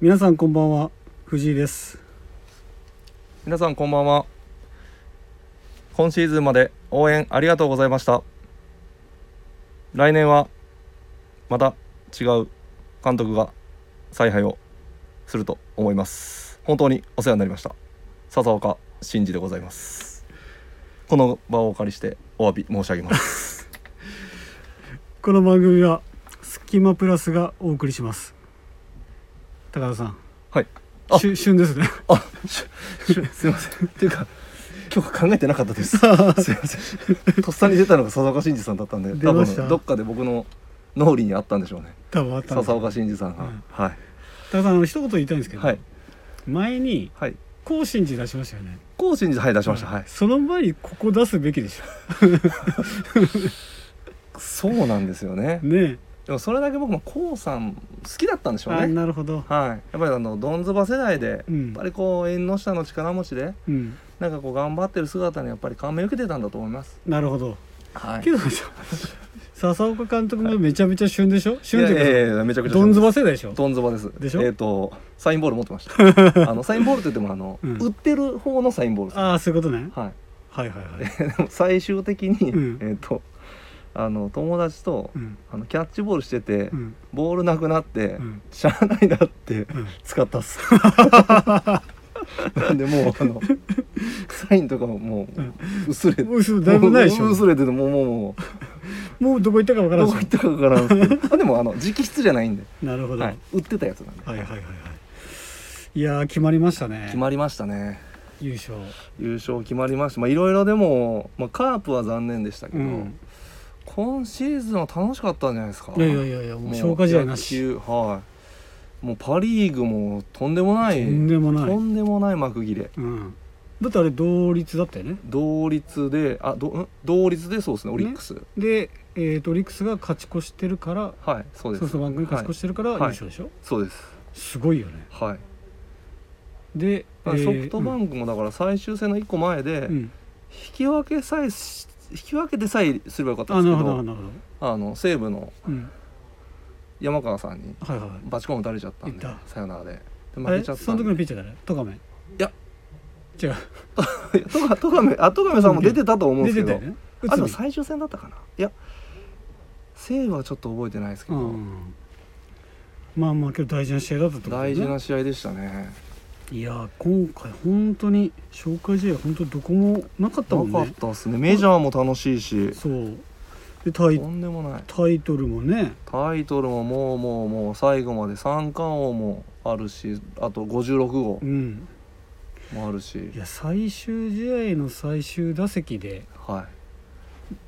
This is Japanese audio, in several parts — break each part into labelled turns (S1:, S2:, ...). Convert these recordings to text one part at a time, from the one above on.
S1: 皆さんこんばんは藤井です
S2: 皆さんこんばんは今シーズンまで応援ありがとうございました来年はまた違う監督が采配をすると思います本当にお世話になりました笹岡真二でございますこの場をお借りしてお詫び申し上げます
S1: この番組はスキマプラスがお送りします高田さん
S2: はいあ
S1: しゅ旬です ね
S2: あすいませんっていうか今日考えてなかった ですすいません。とっさに出たのが笹岡慎二さんだったんで、
S1: 出
S2: 多
S1: ました
S2: 分どっかで僕の脳裏にあったんでしょうね。
S1: 多分あったんです
S2: 笹岡慎二さんが、
S1: うん
S2: はい
S1: 高田さんあの一言言いたいんですけど、
S2: はい
S1: 前に
S2: はい。
S1: 更新時出しましたよね
S2: 高慎二はい出しました。はい。
S1: その前にここ出すべきでし
S2: そうなんですよね
S1: ょ。ね
S2: でもそれだけ僕も高さん好きだったんでしょ
S1: あ
S2: うね。
S1: なるほど
S2: はい。やっぱりあのドンズバ世代で、
S1: うん
S2: やっぱりこう縁の下の力持ちで、
S1: うん
S2: なんかこう頑張ってる姿にやっぱり感銘受けてたんだと思います。
S1: なるほど
S2: はい。
S1: けど さ笹岡監督もめちゃめちゃ旬でしょ
S2: い
S1: 旬っ
S2: や
S1: て
S2: い
S1: いうか
S2: やいやめちゃくちゃ
S1: ドンズバ世代でしょ
S2: ドンズバです。
S1: でしょ
S2: えっ、とサインボール持ってました。 あのサインボールって言ってもあの、
S1: うん
S2: 売ってる方のサインボールです。
S1: ああそういうことね
S2: はい。
S1: はいはいはい、
S2: でも 最終的に、
S1: うん
S2: えっ、とあの友達と、
S1: うん
S2: あのキャッチボールしてて、
S1: うん
S2: ボールなくなって、
S1: うん
S2: しゃあないなって
S1: うん
S2: 使ったっ す。なんでもうあのサインとかもも
S1: うん
S2: う薄れて、
S1: もうすぐだいぶないでしょ
S2: もう薄れててもうもうも
S1: もうどこ行ったかわ
S2: う
S1: からん
S2: ど
S1: で
S2: こ
S1: し
S2: 行ったかわからんすけど。あでもあの直筆じゃないんで、
S1: ょなるほど、
S2: はい、売ってたやつなんで、
S1: はいはいはいはい。いやー決まりましたね。
S2: 決まりましたね。
S1: 優勝。
S2: 優勝決まりましたまあいろいろでも、まあ、カープは残念でしたけど、
S1: うん
S2: 今シーズンは楽しかったんじゃないですか
S1: いやいやいやいやもう消化試合なし。
S2: 野球はいもうパ・リーグもとんでもな
S1: と
S2: い
S1: んでもな
S2: と
S1: い。
S2: んでもない幕切れ
S1: うん。だってあれ同率だったよね。
S2: 同率であどん同率でそうですねオリックス、
S1: で、えー、とオリックスが勝ち越してるから、
S2: はいそうです
S1: ソフトバンクに勝ち越してるから優
S2: はい
S1: 勝でしょ。
S2: そうです
S1: すごいよね。
S2: はい、
S1: で、
S2: まあソフトバ
S1: ク、
S2: ンクもだから最終戦の1個前で、
S1: うんう
S2: 引
S1: ん
S2: き分けさえし引き分けでさえすればよかったん
S1: あ
S2: です
S1: なる
S2: け
S1: ほ
S2: ど
S1: どなるほど。
S2: あの西武の
S1: うん。
S2: 山川さんに
S1: はいはい。
S2: バチコン打たれちゃったん
S1: い
S2: で
S1: った
S2: さよならでで
S1: あ
S2: 負
S1: れ
S2: けちゃった
S1: そ
S2: ん
S1: の
S2: で
S1: 時のピッチャー誰？トカメ。い
S2: や。
S1: 違う。
S2: いや戸上戸上あ戸上さんも出てたと思うんで
S1: 出
S2: すけ
S1: て
S2: ど
S1: たよね。
S2: あでも
S1: 内海
S2: 最終戦だったかないや西武はちょっと覚えてないですけ
S1: う
S2: ど、
S1: ん。まあまあ今日大事な試合だったってことだよ
S2: 大
S1: ね
S2: 事な試合でしたね
S1: いやー今回本当に紹介試合本当どこもなかったもん
S2: なかっ
S1: ね
S2: たですねメジャーも楽しいし
S1: そうでタイ
S2: とんでもない
S1: タイトルもね
S2: タイトルももうもうもう最後まで三冠王もあるしあと56号
S1: うん
S2: もあるし
S1: い、や最終試合の最終打席で
S2: は、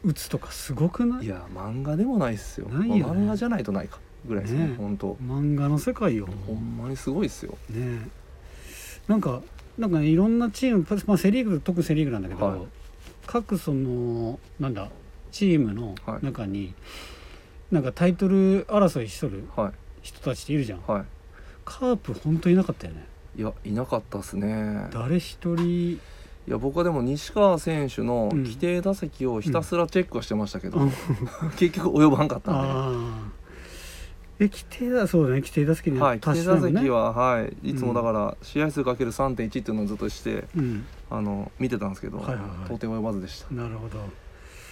S1: 打つとかすごくないい
S2: いや漫画でもないっすよ
S1: ないよね
S2: まあ漫画じゃないとないかぐらいですね
S1: ねえ
S2: 本当
S1: 漫画の世界よ
S2: ほんまにすごいっすよ
S1: ねなんかなんかねいろんなチーム、まあ、セ・リーグ特にセ・リーグなんだけど、
S2: はい
S1: 各そのなんだチームの
S2: はい
S1: 中に、なんかタイトル争いしとる
S2: は
S1: 人たちっているじゃん
S2: いは
S1: カープ本当いなかったよね
S2: いいやいなかったっすね
S1: 誰一人
S2: いや僕はでも西川選手の
S1: うん
S2: 規定打席をひたすらチェックはしてましたけど、
S1: うん
S2: 結局及ばんかったん
S1: ああえ規定だそうだね規定打席
S2: で、
S1: に
S2: はい、規定打席
S1: は、
S2: は、はい、いつもだから試合数かける3.1っていうのをずっとして
S1: うん、
S2: あの見てたんですけど、
S1: はいはいはい
S2: 到底及ばずでし
S1: なるほど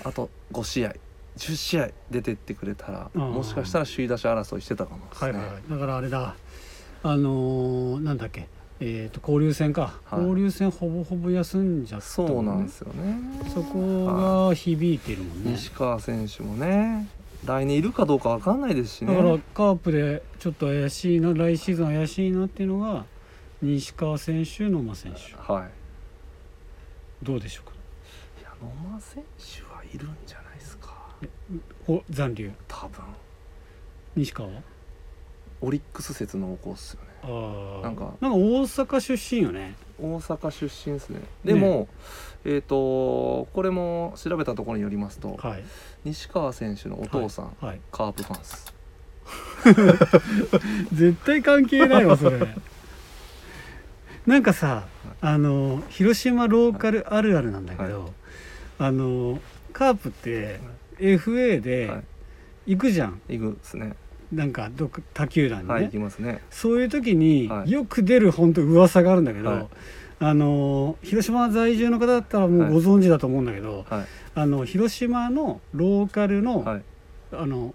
S2: たあと5試合10試合出てってくれたら
S1: あー
S2: もしかしたら首位打者争いしてたかもです
S1: は
S2: ね、
S1: いはい、はい、だからあれだあのー、なんだっけえっ、と交流戦か、
S2: はい
S1: 交流戦ほぼほぼ休んじゃったも
S2: そうなん
S1: ね
S2: ですよね
S1: そこが響いてるもんね
S2: 西川選手もね来年いるかどうかわかんないですし
S1: だ
S2: ね
S1: からカープでちょっと怪しいな来シーズン怪しいなっていうのが西川選手野間選手
S2: はい
S1: どうでしょうか
S2: いや野間選手はいるんじゃないですか
S1: お残留
S2: 多分
S1: 西川は
S2: オリックス説の起こっすよね
S1: あー
S2: なんか
S1: なんか大阪出身よね
S2: 大阪出身ですねでも、えっ、とこれも調べたところによりますと
S1: はい
S2: 西川選手のお父さん、
S1: はい、はい
S2: カープファンっす
S1: 絶対関係ないわそれ なんかさあの広島ローカルあるあるなんだけど、
S2: は
S1: あのカープって FA で
S2: は
S1: 行くじゃん、
S2: いいくっすね
S1: なんかどっか他球団にね、
S2: はい行きますね
S1: そういう時に
S2: はい
S1: よく出る本当噂があるんだけど、
S2: はい
S1: あの広島在住の方だったらも
S2: はいう
S1: ご存知だと思うんだけど、
S2: はい
S1: あの広島のローカルの,、
S2: はい
S1: あの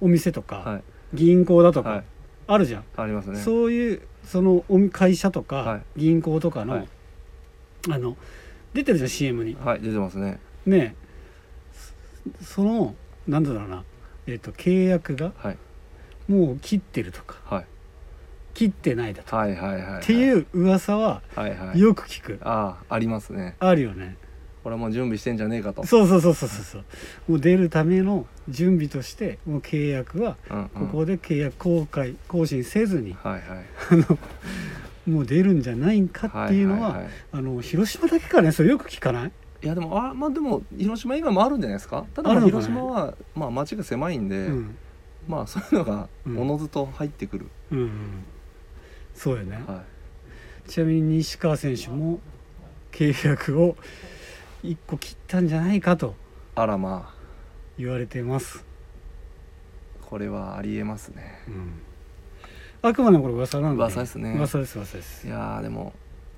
S1: お店とか、
S2: はい
S1: 銀行だとか、
S2: はい
S1: あるじゃん、
S2: ありますね
S1: そういうそのお会社とか、
S2: はい
S1: 銀行とかの,、
S2: はい
S1: あの出てるじゃん CM に。
S2: はい出てますね
S1: ねえそのなんだろうな、えっと契約が
S2: はい
S1: もう切ってるとか
S2: はい
S1: 切ってないだとか、
S2: はいはいはい
S1: っていうう噂は
S2: はいはい
S1: よく聞く、
S2: ああありますね
S1: あるよね
S2: これはもう準備してんじゃねえかと
S1: そうそうそうそうそうそうもう出るための準備としてもう契約は
S2: うんうん
S1: ここで契約更改更新せずに
S2: はいはい
S1: もう出るんじゃないんかっていうのは,、
S2: いいい
S1: あの広島だけかねそれよく聞かない
S2: いやでもあまあでも広島以外もあるんじゃないですかただま
S1: あ
S2: あ
S1: るのかな
S2: 広島はまあ町が狭いんで、
S1: うん
S2: まあそういうのが
S1: うん
S2: おのずと入ってくる、
S1: うんうんそうよね、
S2: はい
S1: ちなみに西川選手も契約を1個切ったんじゃないかと
S2: あらま
S1: 言われてます、
S2: あこれはありえますね
S1: うん、あくまでもこれ噂なんで
S2: 噂ですね
S1: 噂です噂です
S2: いやーでも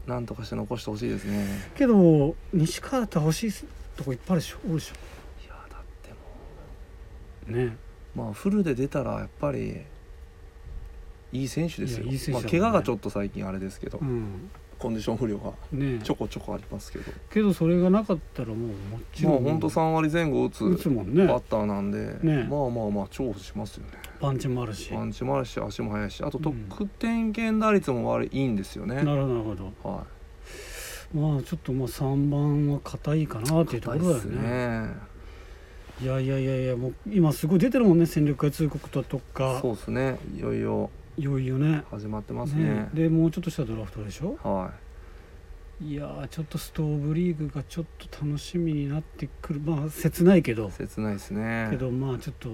S2: なんとかして残してほしいですね
S1: けど西川だって欲しいとこいっぱいあるでしょ多いでし
S2: いやーだっても
S1: ょね
S2: うまあフルで出たらやっぱりいい選手ですよ
S1: いやいい選手だもん
S2: まあ、
S1: ね
S2: 怪我がちょっと最近あれですけど、
S1: うん
S2: コンディション不良が
S1: ね
S2: ちょこちょこありますけど
S1: けどそれがなかったらもうもち
S2: まあ
S1: ろん
S2: 本当3割前後打つ
S1: 打つもん
S2: バッ
S1: ね
S2: ターなんで、
S1: ね
S2: まあまあまあ重宝しますよね
S1: パンチもあるし
S2: パ
S1: な
S2: ン
S1: る
S2: チもあるし足も速いしあと
S1: うん
S2: 得点圏打率も悪いいいんですよね、
S1: ほどなるほど
S2: は
S1: まあちょっとまあ3番は硬いかなっ
S2: い
S1: ていうところだよね
S2: ね
S1: いやいやいやいやもう今すごい出てるもんね戦力外通告だとか
S2: そうですねいよいよ
S1: いよいよね
S2: 始まってますね
S1: ねでもうちょっとしたらドラフトでしょ
S2: はい
S1: やーちょっとストーブリーグがちょっと楽しみになってくるまあ切ないけど
S2: い切ないですね
S1: けどまあちょっと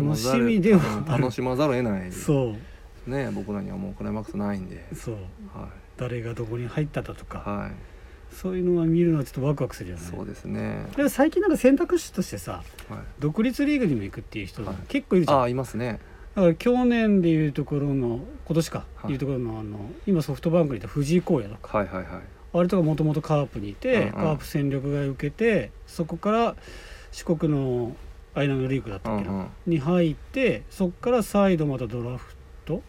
S2: まざる
S1: 楽しみではある
S2: 楽しまざるを得ないです
S1: そ
S2: ね僕らにはもうクライマックスないんで
S1: うそう
S2: は
S1: 誰がどこに入っただと
S2: い、
S1: か
S2: は
S1: そういうのは見るのはちょっとワクワクするよ
S2: い、
S1: ね
S2: そうですね、
S1: でも最近なんか選択肢としてさ
S2: はい、
S1: 独立リーグにも行くっていう人
S2: はい
S1: 結構いるじゃん、
S2: ああいますね
S1: だから去年でいうところの今年か、
S2: はい
S1: い、うところのあの今ソフトバンクにいた藤井耕也とか
S2: はいはいはい
S1: あれとかもともとカープにいて、
S2: うんうん
S1: カープ戦力外受けてそこから四国のアイランドリーグだっ
S2: う
S1: たっ
S2: ん
S1: けな、
S2: うん
S1: に入ってそこから再度またドラフト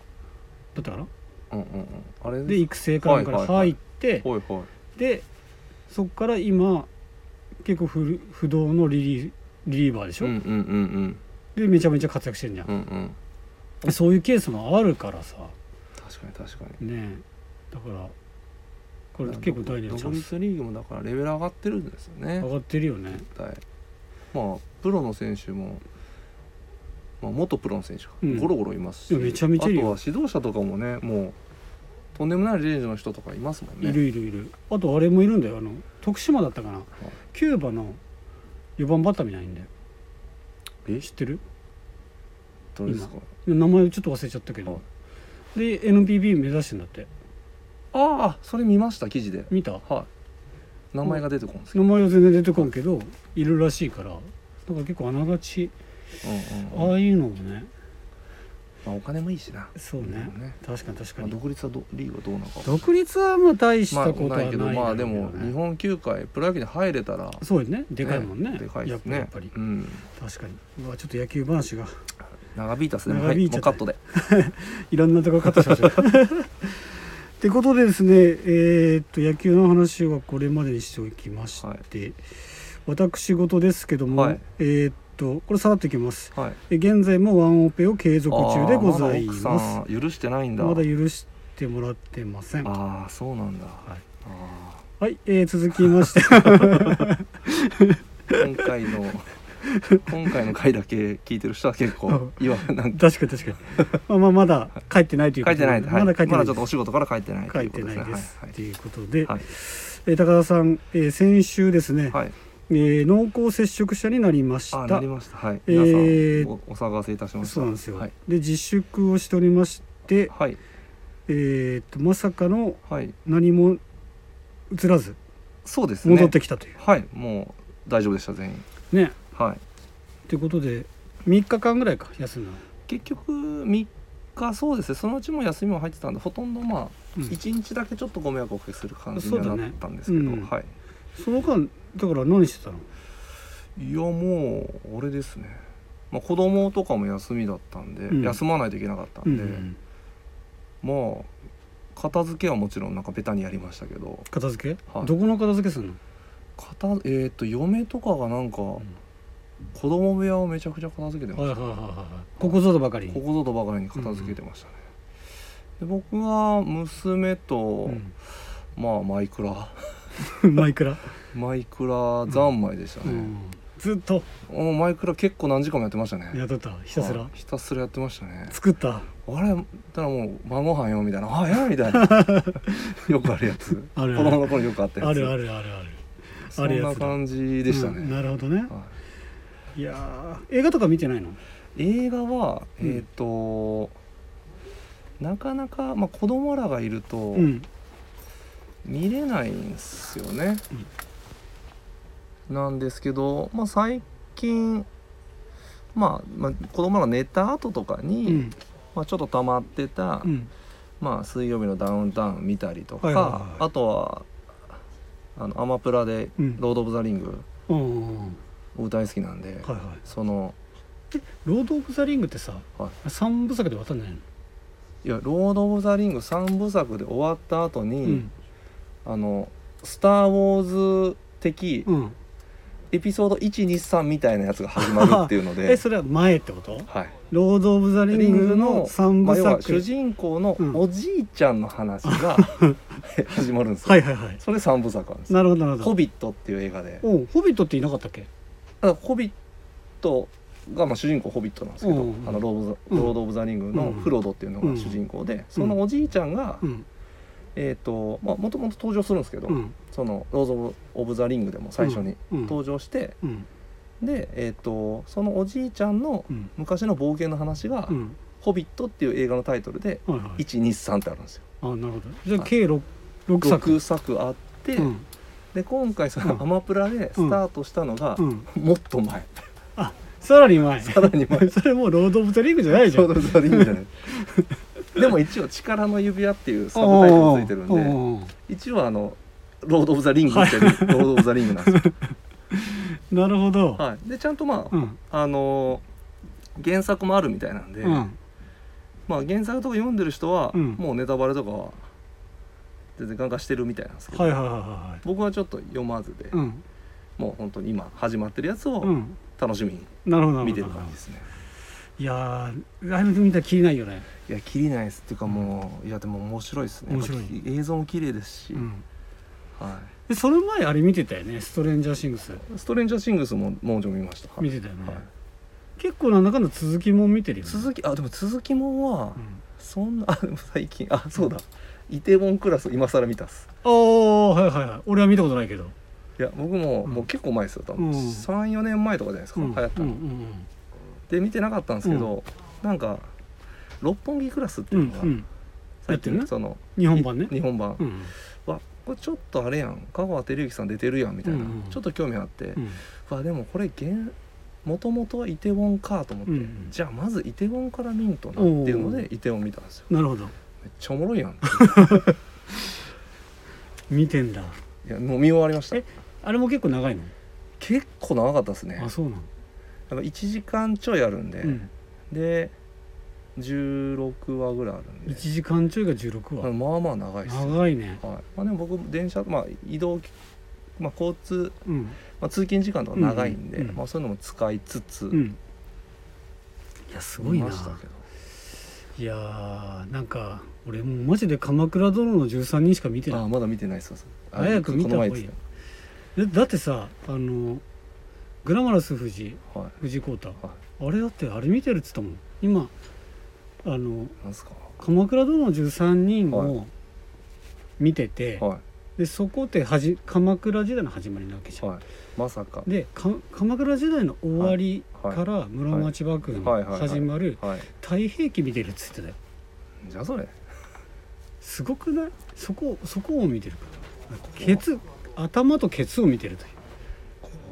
S1: だったかな
S2: うんうんうんあれ
S1: で育成からから入って、
S2: ほいほい
S1: でそこから今結構不不動のリリーリリーバーでし
S2: う
S1: ょ、
S2: んうんうんうん
S1: でめちゃめちゃ活躍してるじゃん
S2: う、んうん
S1: そういうケースもあるからさ
S2: 確かに確かに
S1: ねえだからこれ結構大事なチャ
S2: 独
S1: ンス
S2: 立リーグもだからレベル上がってるんですよね
S1: 上がってるよね
S2: 絶対まあプロの選手も、まあ、元プロの選手が
S1: うん
S2: ゴロゴロいますし、
S1: いやめちゃめちゃいる
S2: あと
S1: よ
S2: は指導者とかもねもうとんでもないレジェンドの人とかいますもんね
S1: いるいるいるあとあれもいるんだよあの徳島だったかなキューバの4番バッターみたいなんだよ
S2: え
S1: 知ってる
S2: どれですか
S1: 名前ちょっと忘れちゃったけ
S2: は
S1: どで NPB 目指してんだって
S2: ああそれ見ました記事で
S1: 見た
S2: はい名前が出てこんですけ
S1: 名前は全然出てこんけどいるらしいからだから結構あながち
S2: ど、
S1: あ
S2: うんうんうん
S1: あいうのもね
S2: まあ、お金もいいしな
S1: そうね確かに確か
S2: まあ、
S1: に
S2: 独立はどリーグはどうなのか
S1: 独立はまあ大し
S2: まあ
S1: たことはな
S2: ないい
S1: だ
S2: け
S1: ろ
S2: ど
S1: うけどね
S2: まあでも日本球界プロ野球に入れたら
S1: そうよねでかいもんね
S2: でかい
S1: や
S2: で
S1: っ
S2: す
S1: ぱり
S2: ね
S1: やっぱり
S2: うん、
S1: 確かにうわちょっと野球話が
S2: 長引いたっすね
S1: 長引い
S2: は
S1: ちゃ
S2: も
S1: っ
S2: う
S1: た
S2: カットで
S1: いろんなところカットしました ねってことでですねえーっと野球の話はこれまでにしておきまして、私事ですけども、
S2: はい
S1: えーっとこれさらっといきます
S2: はい
S1: え現在もワンオペを継続中でございます
S2: あーだ奥さん許してないんだ
S1: まだ許してもらってませんは
S2: ああそうなんだ、
S1: い
S2: あ
S1: い、えー続きまして
S2: ー今 回の今回の回だけ聞いてる人は結構いわなんか
S1: 確かに確かにまあまあまだ帰ってないというこ
S2: 書
S1: と
S2: いてない、はい
S1: まだ帰って
S2: ま
S1: な
S2: だ
S1: い
S2: ちょっと
S1: で
S2: お
S1: す
S2: 仕事から書いてない
S1: 書いてないです
S2: は
S1: と
S2: い
S1: いうことで、
S2: はい
S1: えー高田さん、えー先週ですね、
S2: はい、はい、
S1: えー濃厚接触者になりまし
S2: あー
S1: た
S2: なりましたはい
S1: え
S2: 皆さん、
S1: ー
S2: おお騒がせいたしました
S1: そうなんですよ、
S2: はい
S1: で自粛をしておりまして、
S2: はい
S1: えーっとまさかの
S2: はい
S1: 何も映らず
S2: そうですね
S1: 戻ってきたという
S2: はいもう大丈夫でした全員
S1: ね
S2: はい
S1: ということで3日間ぐらいか休んだの
S2: 結局3日そうですねそのうちも休みも入ってたんでほとんどまあ
S1: うん
S2: 1日だけちょっとご迷惑をおかけする感じにはなったんですけ
S1: そう
S2: ど、
S1: だねうん
S2: はい
S1: その間だから何してたの
S2: いやもうあれですね、まあ、子供とかも休みだったんで、
S1: うん
S2: 休まないといけなかった
S1: うん
S2: で、
S1: ん
S2: まあ片付けはもちろんなんかベタにやりましたけど
S1: 片付け、
S2: はい
S1: どこの片付けするの、
S2: 片えっ、と嫁とかがなんか子供部屋をめちゃくちゃ片付けてました
S1: はいはいはいはいここぞとばかりに
S2: ここぞとばかりに片付けてましたね、で僕は娘と、まあマイクラ
S1: うん、マイクラ、
S2: マイクラ三昧でした
S1: う
S2: ね、
S1: ん、ずっと
S2: おマイクラ結構何時間もやってましたね
S1: やっとったひたす
S2: は
S1: ら
S2: いひたすらやってましたね
S1: 作った
S2: あれだからもう晩ご飯よみたいな「あえみ たいなよくあるやつ
S1: あるある
S2: 子供の頃よくあったやつ
S1: あるあるあるある
S2: そ
S1: ある
S2: ん
S1: や
S2: な
S1: つだ
S2: 感じでしたね、
S1: うんなるほどね
S2: はい
S1: やー映画とか見てないの
S2: い映画は
S1: うん
S2: えっ、と、なかなか、まあ、子供らがいると、
S1: うん
S2: 見れないんですよね、なんですけど、まあ、最近、まあ、まあ子供が寝た後とか
S1: う
S2: に、
S1: ん
S2: まあ、ちょっと溜まってた、
S1: うん
S2: まあ、水曜日のダウンタウン見たりとか、
S1: はいはいはい
S2: あとはあのアマプラで
S1: う
S2: 「
S1: ん
S2: ロード・オブ・ザ・リング
S1: うんうんうん」
S2: 僕大好きなんで、
S1: はいはい
S2: その
S1: ロード・オブ・ザ・リングってさ、
S2: は
S1: 三部作で終わったんじゃないの、
S2: いや「ロード・オブ・ザ・リング」3部作で終わった後に、
S1: うん
S2: あの「スター・ウォーズ」的
S1: うん、
S2: エピソード123みたいなやつが始まるっていうので
S1: えそれは前ってこと
S2: はい、
S1: ロード・オブ・ザ・リングの三
S2: まあ
S1: 部
S2: 要は
S1: 作、
S2: 主人公の
S1: うん
S2: おじいちゃんの話 が始まるんですよ、
S1: はいはいはい
S2: それ3部作なんですよ
S1: なるほどなる
S2: 「
S1: ほ
S2: ホ
S1: ど
S2: ビット」っていう映画で
S1: おうホビットっていなかったっけ
S2: ただホビットがまあ主人公ホビットなんですけど、
S1: うん
S2: あのロード・
S1: うん
S2: ロード・オブ・ザ・リング
S1: う
S2: の
S1: ん
S2: フロードっていうのが主人公で、そのおじいちゃんが、
S1: うん
S2: えっ、とまあもともと登場するんですけど、
S1: うん
S2: そのロード・オブ・ザ・リングでも最初に
S1: うん
S2: 登場して、
S1: うん
S2: で、えっとそのおじいちゃんの
S1: うん
S2: 昔の冒険の話が「
S1: うん
S2: ホビット」っていう映画のタイトルで
S1: はいはい
S2: 123ってあるんですよ。
S1: あなるほどじゃあ
S2: はい
S1: 計六六作
S2: 6作あって、
S1: うん
S2: で今回その
S1: うん
S2: アマプラでスタートしたのが、
S1: うん
S2: もっと前
S1: さらに前
S2: さらに 前
S1: それもうロード・オブ・ザ・リングじゃないじ
S2: ちょ
S1: ゃ
S2: うんどそれでいいん じゃないでも一応「力の指輪」っていうサブタイトルついてるん
S1: おうおうお
S2: で
S1: うおうお
S2: 一応あの「ロード・オブ・ザ・リング」っていうロード・オブ・ザ・リングなんですよ。
S1: うなるほど、
S2: はい、でちゃんとまあ、
S1: うん
S2: あのー原作もあるみたいなんで、
S1: うん
S2: まあ、原作とか読んでる人は、
S1: うん
S2: もうネタバレとかは全然ガンガンしてるみたいなんですけど、
S1: はいはいはいは
S2: 僕はちょっと読まずで、
S1: いうん
S2: もう本当に今始まってるやつ
S1: う
S2: を
S1: ん
S2: 楽しみに
S1: なるほどなるほど
S2: 見てる感じですね。
S1: いやーあれ見たら切りないよね
S2: いや切りないですっていうかもういやでも面白いですね
S1: 面白い
S2: やっぱり映像も綺麗ですし、
S1: うん
S2: は
S1: でその前あれ見てたよねストレンジャー・シングス
S2: い、ストレンジャーシングスももうちょい見ましたはい
S1: 見てたよね、
S2: はい
S1: 結構なんだかんだ続きも見てるよね
S2: 続きあでも続きもんは、
S1: うん
S2: そんなあでも最近あそうだイテウォンクラス今更見たっす
S1: ああはいはいはい俺は見たことないけど
S2: いや僕も、
S1: うん
S2: もう結構前ですよ多
S1: う
S2: 分、
S1: ん
S2: 34年前とかじゃないですか、流行ったの、
S1: うん
S2: で見てなかったんですけど、なんか六本木クラスって
S1: うんう
S2: い
S1: ん
S2: うのが、
S1: うんうんや
S2: 最
S1: ってるね
S2: 近その
S1: 日本版ね
S2: 日本版、
S1: うん
S2: わこれちょっとあれやん香川照之さん出てるやんみたいな、
S1: うんうん
S2: ちょっと興味あって、
S1: うん
S2: わでもこれ原もともとはイテウォンかと思っ
S1: う
S2: て、
S1: んうん
S2: じゃあまずイテウォンからミントなっていうの
S1: お
S2: でイテウォン見たんですよ
S1: なるほど
S2: めっちゃおもろいやん
S1: 見てんだ
S2: いやもう見終わりました
S1: えあれも結構長いの
S2: 結構長かったですね
S1: あそうなの
S2: なんか1時間ちょいあるんで、
S1: うん
S2: で16話ぐらいあるんで
S1: 1時間ちょいが16
S2: まあ
S1: 話
S2: まあまあ長いですね
S1: 長いね
S2: はいまあ、でも僕電車、まあ、移動、まあ、交通、
S1: うん
S2: まあ、通勤時間とか長いんで、
S1: うんうん
S2: まあ、そういうのも使いつつ、
S1: うんいやすごい
S2: 見
S1: な
S2: ましたけど
S1: いやーなんか俺もうマジで「鎌倉殿の13人」しか見て
S2: あ
S1: な
S2: あまだ見てないですそうそうあ
S1: 早く見た方がいいよ
S2: この前言って
S1: いだだってさあのグラマラス富士
S2: たはい
S1: 藤井耕太
S2: は
S1: あれだってあれ見てるっつったもん今あの
S2: いなんすか
S1: 「鎌倉殿の13人」
S2: は
S1: を見てて、
S2: はい
S1: でそこってはじ鎌倉時代の始まりなわけじゃん、
S2: はい、まさか。
S1: でか鎌倉時代の終わりから室町幕府
S2: はい
S1: が
S2: はいはい
S1: 始まる
S2: はい、
S1: 太平記見てるっつってたよ
S2: じゃあそれ。
S1: すごくないそこそこを見てるからケツ頭とケツを見てるという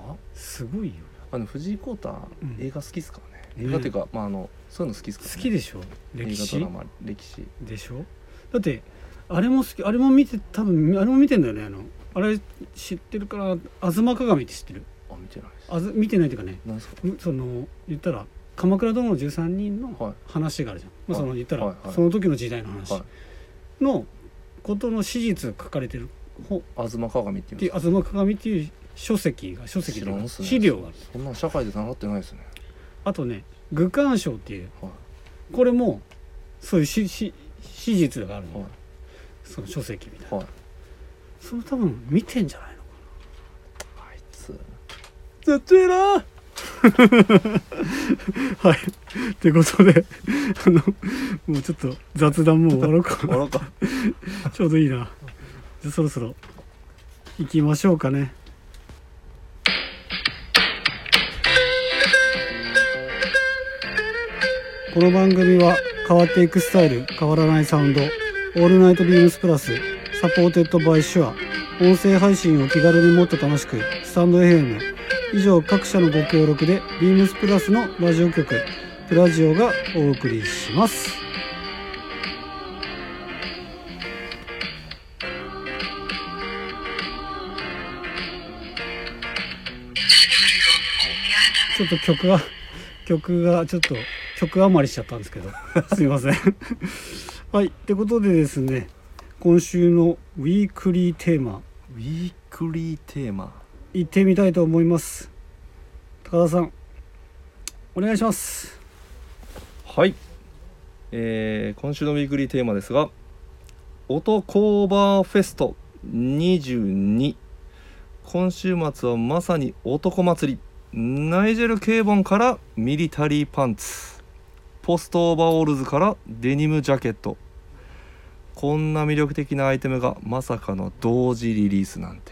S2: 怖っ
S1: すごいよ
S2: あの藤井耕太、
S1: うん
S2: 映画好きっすからね。
S1: ね
S2: 映画というか、まあ、あのそういうの好きですか、ね、
S1: 好きでしょ歴
S2: 映
S1: 史
S2: 画ドラマ歴史
S1: でしょだってあれも好きあれも見て多分あれも見てんだよねあのあれ知ってるから「吾妻鏡」って知ってる
S2: あ見てないです
S1: あず見てないっていうかね
S2: なんですか
S1: うその言ったら「鎌倉殿の13人」の
S2: はい
S1: 話があるじゃん、まあ、
S2: は
S1: そ
S2: い
S1: の言ったら、
S2: はいはい
S1: その時の時代の話
S2: はい
S1: のことの史実が書かれてる本
S2: 「吾妻鏡」って
S1: っ
S2: い
S1: ていうう「吾妻鏡」っていう書籍が書籍
S2: 知
S1: と
S2: ら
S1: いう
S2: んっ
S1: か
S2: すね
S1: 資料がある
S2: そんなん社会で習ってないですね
S1: あとね「愚管賞」っていう
S2: は
S1: これもそういう史史史実がある
S2: い
S1: の、
S2: は
S1: その書籍みたいない
S2: はい
S1: その多分見てんじゃないの
S2: あいつ
S1: 絶対な はいということであのもうちょっと雑談もう終わろうか
S2: あらか
S1: な ちょうどいいなじゃあそろそろ行きましょうかねこの番組は変わっていくスタイル変わらないサウンド「オールナイトビームスプラス」サポーテッドバイシュア音声配信を気軽にもっと楽しくスタンド FM 以上各社のご協力でビームスプラスのラジオ局プラジオがお送りしますちょっと曲が曲がちょっと曲余りしちゃったんですけど すいませんはいってことでですね今週のウィークリーテーマ
S2: ウィークリーテーマ
S1: 行ってみたいと思います高田さんお願いします
S2: はい、えー今週のウィークリーテーマですが「男オーバーフェスト22」今週末はまさに男祭りナイジェル・ケーボンからミリタリーパンツポストオーバーオールズからデニムジャケットこんな魅力的なアイテムがまさかの同時リリースなんて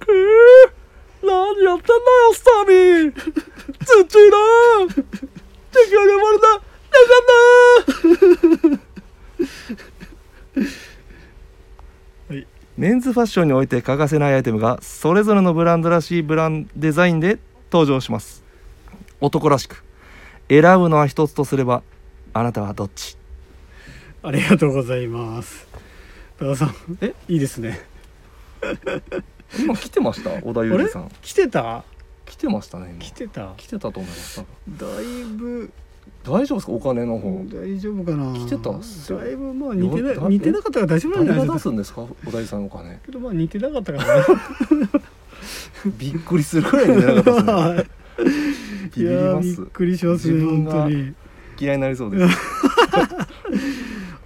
S2: くー何やってんだよスターミーつっつい な敵は呼ばれたなか った
S1: はい
S2: メンズファッションにおいて欠かせないアイテムがそれぞれのブランドらしいブランデザインで登場します男らしく選ぶのは一つとすればあなたはどっち
S1: ありがとうございます高田さん
S2: え
S1: いいですね
S2: 今来てました小田裕二さん
S1: 来てた
S2: 来てましたね今
S1: 来てた
S2: 来てたと思います
S1: だいぶ
S2: 大丈夫ですかお金の方
S1: 大丈夫かな
S2: 来てたっすよ
S1: だいぶまあ似て
S2: よだ
S1: な似てなかったから大丈夫なんじゃな
S2: 誰
S1: い
S2: が
S1: で
S2: 出
S1: すか
S2: すんですか小田裕二さんのお金
S1: けどまあ似てなかった からね
S2: びっくりするくらい似てなかったですね
S1: はい
S2: ビビり
S1: や
S2: ま
S1: ーびっ
S2: す
S1: くりしますね
S2: 自分
S1: 本
S2: が
S1: 当に
S2: 嫌いになりそうです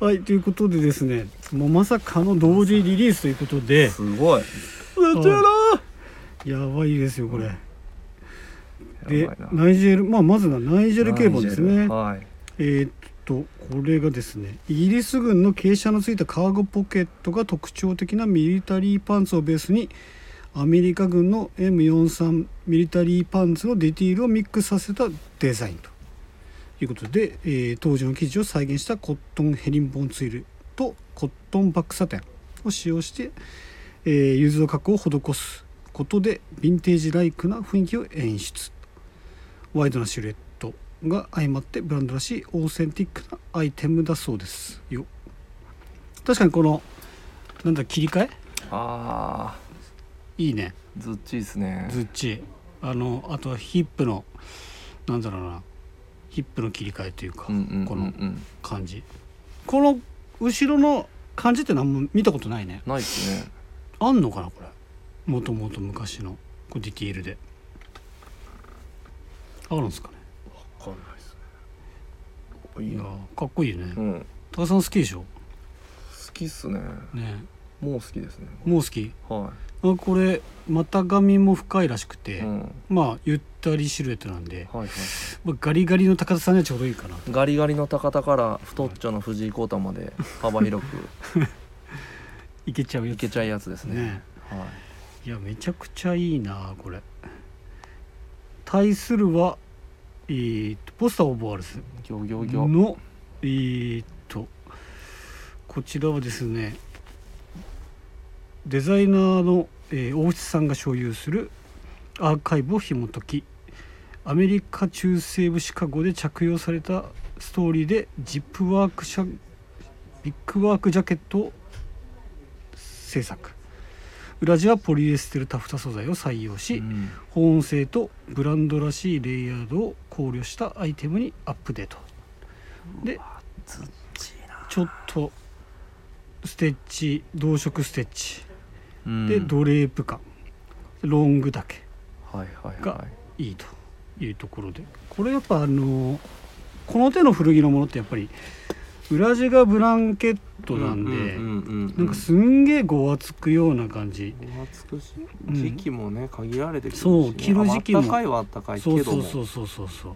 S1: はいということでですねもうまさかの同時リリースということです
S2: ごい
S1: ん
S2: や
S1: やばいですよこれで
S2: ばいな
S1: ナイジェルまあまずはナイジェル警部です
S2: ナ
S1: ね
S2: イジェルはい
S1: えーっとこれがですねイギリス軍の傾斜のついたカーゴポケットが特徴的なミリタリーパンツをベースにアメリカ軍の M43 ミリタリーパンツのディティールをミックスさせたデザインということで、えー当時の生地を再現したコットンヘリンボンツイルとコットンバックサテンを使用して、えー、融通加工を施すことでヴィンテージライクな雰囲気を演出ワイドなシルエットが相まってブランドらしいオーセンティックなアイテムだそうですよ確かにこのなんだ切り替え
S2: あ
S1: いいね
S2: ーずっちいですね
S1: ズッチあのあとはヒップのなんだろうなヒップの切り替えというか、
S2: うんうんうんうん
S1: この感じこの後ろの感じって何も見たことないね
S2: ないですね
S1: あんのかなこれもともと昔のこうディティールであるんですかね
S2: わかんないですね
S1: い
S2: いい
S1: や
S2: な
S1: ーかっこいいよね、
S2: うん
S1: 高
S2: 好
S1: 田さん好きでしょ
S2: きっすね
S1: ね
S2: もう好きですね
S1: もう好き
S2: は
S1: あこれ股上も深いらしく
S2: い
S1: て、
S2: うん
S1: まあゆったりシルエットなんで、
S2: はいはい
S1: まあ、ガリガリの高田さんにはちょうどいいかな
S2: ガリガリの高田から太っちょの藤井耕太まで幅広 く
S1: いけちゃうや
S2: い
S1: つ
S2: けちゃうやつですね
S1: ね
S2: はい
S1: やめちゃくちゃいいなこれ対するはえー、とポスターオブワールズ
S2: いギョギョギョ
S1: のえー、とこちらはですねデザイナーの、えー大内さんが所有するアーカイブを紐解きアメリカ中西部シカゴで着用されたストーリーでジップワークシャビッグワークジャケットを制作裏地はポリエステルタフタ素材を採用し、
S2: うん
S1: 保温性とブランドらしいレイヤードを考慮したアイテムにアップデートで
S2: ずっちいな
S1: ちょっとステッチ同色ステッチ
S2: うん
S1: でドレープ感ロングだけ
S2: はいはい
S1: が
S2: はい
S1: いというところでこれやっぱあのこの手の古着のものってやっぱり裏地がブランケット
S2: い
S1: なんで、
S3: で
S1: なんかすんげえごわつくような感じ、
S3: 暑くし
S1: うん
S3: 時期もね限られてくるしね
S1: そう着る時期も
S3: あ暖かいは暖かいけ
S1: そう
S3: ど
S1: そう
S3: も
S1: そうそうそうそう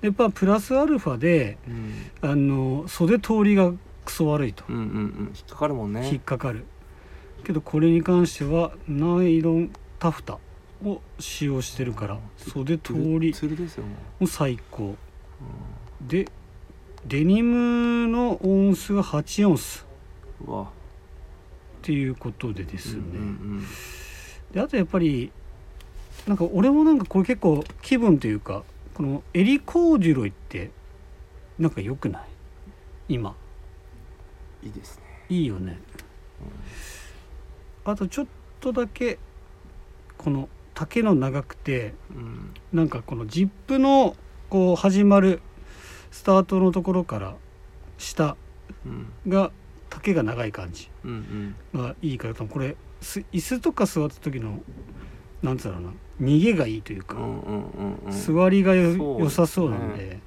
S1: でやっぱプラスアルファで
S3: うん
S1: あの袖通りがクソ悪いと
S3: うんうんうん引っかかるもん
S1: 引っ
S3: ね
S1: かかるけどこれに関してはナイロンタフタを使用してるから袖通り
S3: つるですよも
S1: も最高
S3: う
S1: でデニムのオンスが8オンス
S3: うんうわ
S1: っていうことでですね、
S3: うんうん
S1: であとやっぱりなんか俺もなんかこれ結構気分というかこの襟コーデュロイってなんか良くない今
S3: うんいいですね
S1: いいよねあとちょっとだけこの丈の長くて
S3: うん
S1: なんかこのジップのこう始まるスタートのところから下
S3: うん
S1: が丈が長い感じ
S3: うんうん
S1: がいいから多分これす椅子とか座った時のなんつうのかな逃げがいいという
S3: う
S1: か、
S3: んうんうんうん
S1: 座りがよ
S3: そう
S1: 良さそうなんで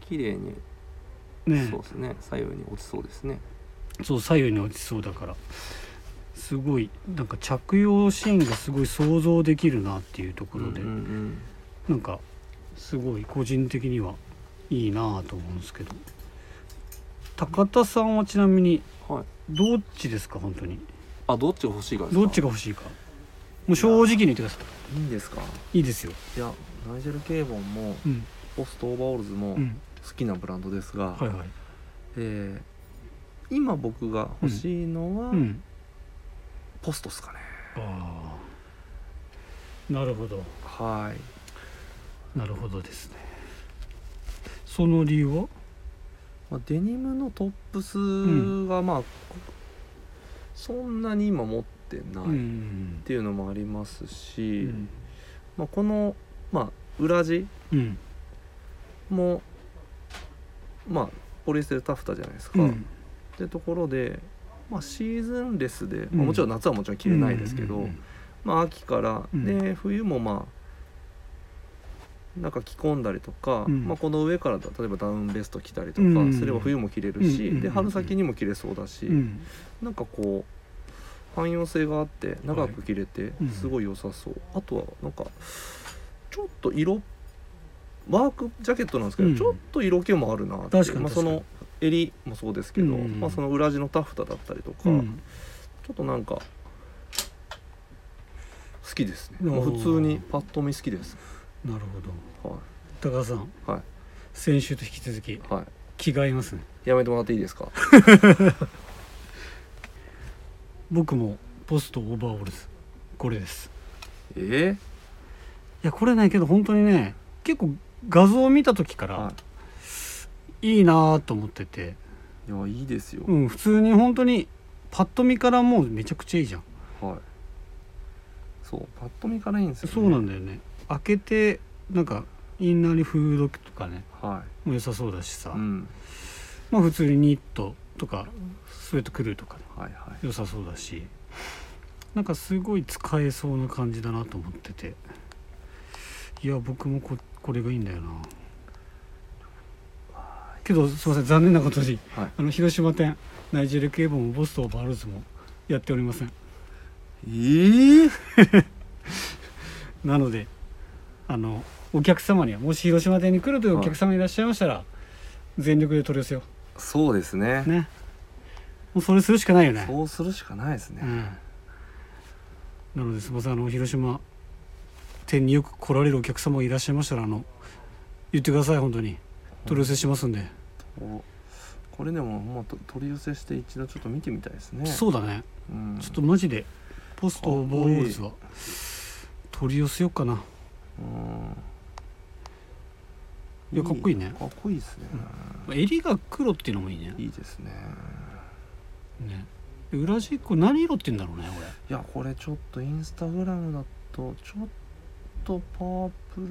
S3: 綺麗に
S1: ね
S3: そうですね左右に落ちそうですね
S1: そう左右に落ちそうだからすごいなんか着用シーンがすごい想像できるなっていうところで、
S3: うんうんうん
S1: なんかすごい個人的にはいいなぁと思うんですけど高田さんはちなみに
S3: はい
S1: どっちですか本当に
S3: あどっちが欲しいかですか
S1: どっちが欲しいかもう正直に言ってくださ
S2: いいんですか
S1: いいいですよ
S2: いやナイジェル・ケイボンも
S1: うん
S2: ポストオーバーオールズも
S1: うん
S2: 好きなブランドですが、
S1: はいはい
S2: えー今僕が欲しいのは、
S1: うん
S2: ポストですかね
S1: ああなるほど
S2: はい
S1: なるほどですねその理由は
S2: まあ、デニムのトップスがまあ、こそんなに今持ってないっ
S1: ん
S2: ていうのもあります
S1: う
S2: し、
S1: ん
S2: まあ、この、まあ、裏地
S1: うん
S2: もまあポリエステルタフタじゃないですか、
S1: う
S2: っ
S1: ん
S2: てところで、まあ、シーズンレスで、
S1: う
S2: まあ、
S1: ん
S2: もちろん夏はもちろん着れないですけど、
S1: うんうん
S2: まあ、秋から、
S1: うん
S2: で冬もまあなんか着込んだりとか、
S1: うん
S2: まあ、この上からだ例えばダウンベスト着たりと
S1: うんうんう
S2: か
S1: ん
S2: すれば冬も着れる
S1: うんう
S2: し、
S1: んうんう
S2: で
S1: ん
S2: 春先にも着れそうだし、
S1: うん
S2: なんかこう汎用性があって長く着れて
S1: うん
S2: すごい良さそう、あとはなんかちょっと色ワークジャケットなんですけど、
S1: うん
S2: ちょっと色気もあるなって
S1: 確かに
S2: まあ、
S1: 確
S2: そ
S1: かに
S2: の襟もそうですけど、
S1: うん
S2: まあ、その裏地のタフタだったりとか、
S1: う
S2: ち
S1: ん
S2: ょっとなんか好きですね、
S1: おー
S2: まあ、普通にパッと見好きです
S1: なるほど
S2: は
S1: 高田さん
S2: いは
S1: 先週と引き続き
S2: いはい
S1: 着替えますね
S2: やめてもらっていいですか
S1: 僕もポストオーバーオールズこれです
S2: え
S1: いやこれねけど本当にね結構画像を見た時か
S2: え
S1: ら
S2: はい
S1: いなぁと思ってて、
S2: いいやいいですよ、
S1: うん普通に本当にパッと見からもうめちゃくちゃいいじゃん
S2: はいそうパッと見からいいんですよ、ね、
S1: そうなんだよね開けてなんかインナーにフードとかね
S2: は
S1: もう良さそうだしさ、
S2: いうん
S1: まあ普通にニットとかスウェットクルーとかね
S2: はいはい
S1: 良さそうだしなんかすごい使えそうな感じだなと思ってていや僕もここれがいいんだよなけどすいません残念なことに、
S2: はい
S1: あの広島店ナイジェリア警部もボストンバールズもやっておりません
S2: えー、
S1: なのであのお客様にはもし広島店に来るというお客様いらっしゃいましたら、全力で取り寄せよ
S2: そうですね
S1: うねもうそれするしかないよね
S2: そうするしかないです
S1: う
S2: ね、
S1: んなのですみませんあの広島店によく来られるお客様がいらっしゃいましたらあの言ってください本当に取り寄せしますんで、
S2: こうこれでももうと取り寄せして一度ちょっと見てみたいですね
S1: そうだね
S2: う、ん、
S1: ちょっとマジでポストボールズは取り寄せようかな
S2: うん
S1: いやかっこいいね
S2: かっこいいですね、
S1: 襟が黒っていうのもいいね
S2: いいですね
S1: ねで裏地これ何色って言うんだろうね
S2: いやこれちょっとインスタグラムだとちょっとパープル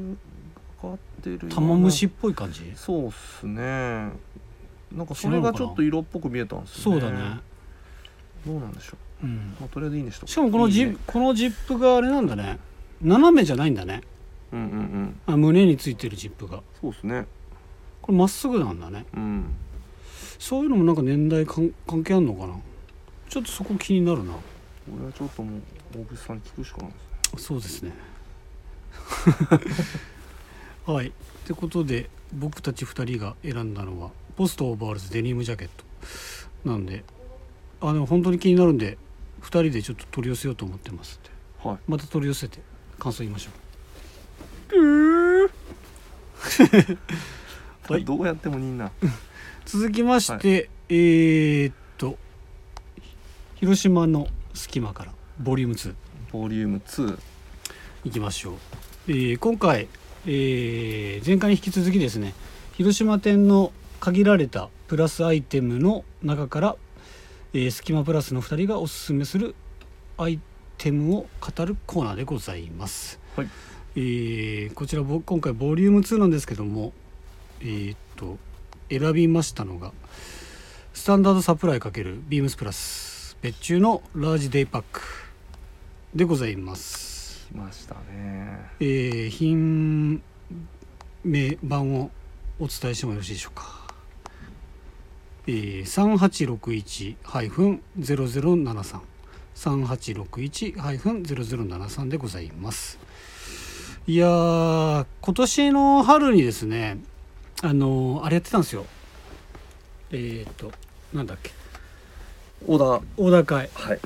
S2: がかってるよう
S1: 俺
S2: な
S1: 玉虫っぽい感じ
S2: そうっすねなんかそれがちょっと色っぽく見えたんです
S1: そ
S2: よ
S1: う
S2: ね
S1: だね、
S2: どうなんでしょ
S1: うん
S2: う、まあ、とりあえずいいんでしょう
S1: しかもこのジ
S2: いいね
S1: このジップがあれなんだね斜めじゃないんだね
S3: うんうんうん
S1: あ胸についてるジップが
S2: そうっすね
S1: これまっすぐなんだね
S2: うん
S1: そういうのもなんか年代かん関係あんのかなちょっとそこ気になるな
S2: これはちょっともう大口さんに聞くしかないです
S1: そ
S2: ね
S1: うですね はいってことで僕たち2人が選んだのはポストオーバーオールズデニムジャケットなんであでも本当に気になるんで2人でちょっと取り寄せようと思ってますんで
S2: はい
S1: また取り寄せて感想言いましょうはい
S2: どうやってもみんな
S1: 続きまして、えーっと広島の隙間からボリューム2
S2: ボリューム2
S1: いきましょう、えー今回、えー前回に引き続きですね広島店の限られたプラスアイテムの中から、えー、スキマプラスの2人がおすすめするアイテムを語るコーナーでございます、
S2: はい
S1: えーこちらぼ今回ボリューム2なんですけどもえーっと選びましたのがスタンダードサプライ×ビームスプラス別注のラージデイパックでございます
S2: 来ましたね
S1: えー品名版をお伝えしてもよろしいでしょうか、えー、3861-00733861-0073でございますいやー今年の春にですねあのーあれやってたんですよえっ、となんだっけ
S2: オーダー
S1: オーダー会
S2: はい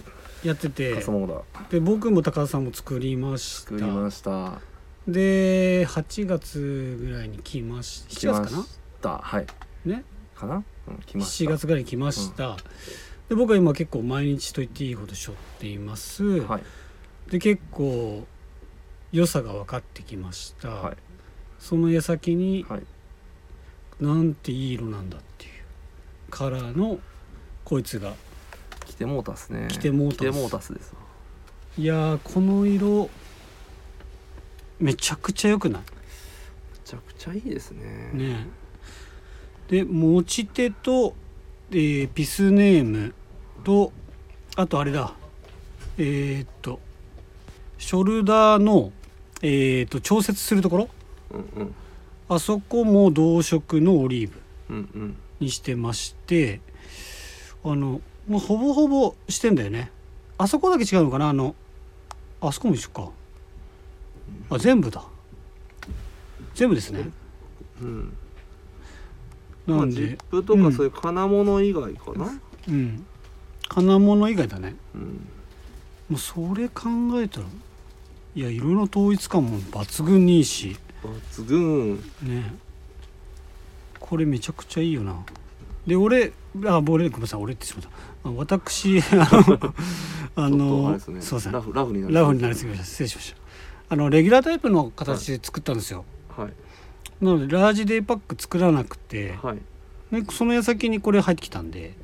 S1: やって
S2: カ
S1: て
S2: スタムオーダー
S1: で僕も高田さんも作りました
S2: 作りました
S1: で8月ぐらいに来まし
S2: 来
S1: 7
S2: ま
S1: 月かな
S2: したはい
S1: ね
S2: かなうん来ました
S1: 7月ぐらいに来ました、で僕は今結構毎日と言っていいほどしょっています、
S2: はい
S1: で結構良さが分かってきました、
S2: はい
S1: その矢先に
S2: はい
S1: なんていい色なんだっていうカラーのこいつが
S2: 来てもうたすね
S1: 来てもうたっす
S2: 来てもうたっすですわ
S1: いやーこの色めちゃくちゃ良くない
S3: めちゃくちゃいいですね
S1: ねえで持ち手と、えーピスネームとあとあれだえーっとショルダーの、えーっと調節するところ
S3: うんうん
S1: あそこも同色のオリーブ
S3: うんうん
S1: にしてましてあのもうほぼほぼしてんだよねあそこだけ違うのかなあのあそこも一緒かあ全部だ全部ですね
S3: うん、ま
S1: な
S3: あ
S1: ん
S3: ジ
S1: で
S3: ップと
S1: う
S3: か
S1: ん
S3: そういう金物以外かな、
S1: うん金物以外だね
S3: うん、
S1: もうそれ考えたらいや色の統一感も抜群にいいし
S3: 抜群
S1: ねこれめちゃくちゃいいよなで俺あ俺ごめんなさい俺ってしまったあ私 あのあ
S3: ちょっとあれ
S1: の
S3: ですね
S1: そうです
S3: ラ
S1: ね
S3: フラフになる
S1: ラフになりすぎました失礼しましたあのレギュラータイプの形で作ったんですよ、
S3: はい
S1: なのでラージデイパック作らなくて、
S3: はい
S1: でその矢先にこれ入ってきたんで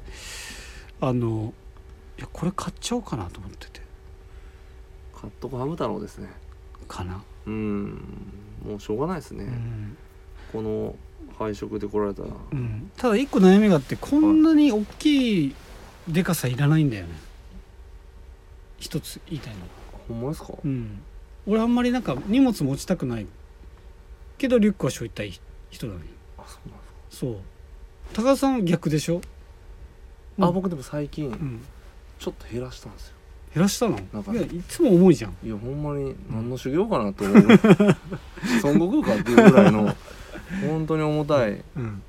S1: あのいやこれ買っちゃおうかなと思ってて
S3: カットコハム太郎ですね
S1: かな、
S3: うんもうしょうがないですね、
S1: うん
S3: この配色で来られたら
S1: うん、ただ一個悩みがあってこんなに大きいでかさいらないんだよね一つ言いたいのは
S3: ほんまですか
S1: うん俺あんまりなんか荷物持ちたくないけどリュックは背負いたい人なのに
S3: あそうなんですか
S1: そう高田さんは逆でしょうん
S2: あ僕でも最近
S1: うん
S2: ちょっと減らしたんですよ
S1: 減らしたの
S2: なんか
S1: いやいつも重いじゃん
S2: いやほんまに何の修行かな と思う孫悟空かっていうぐらいの本当に重たい
S1: うん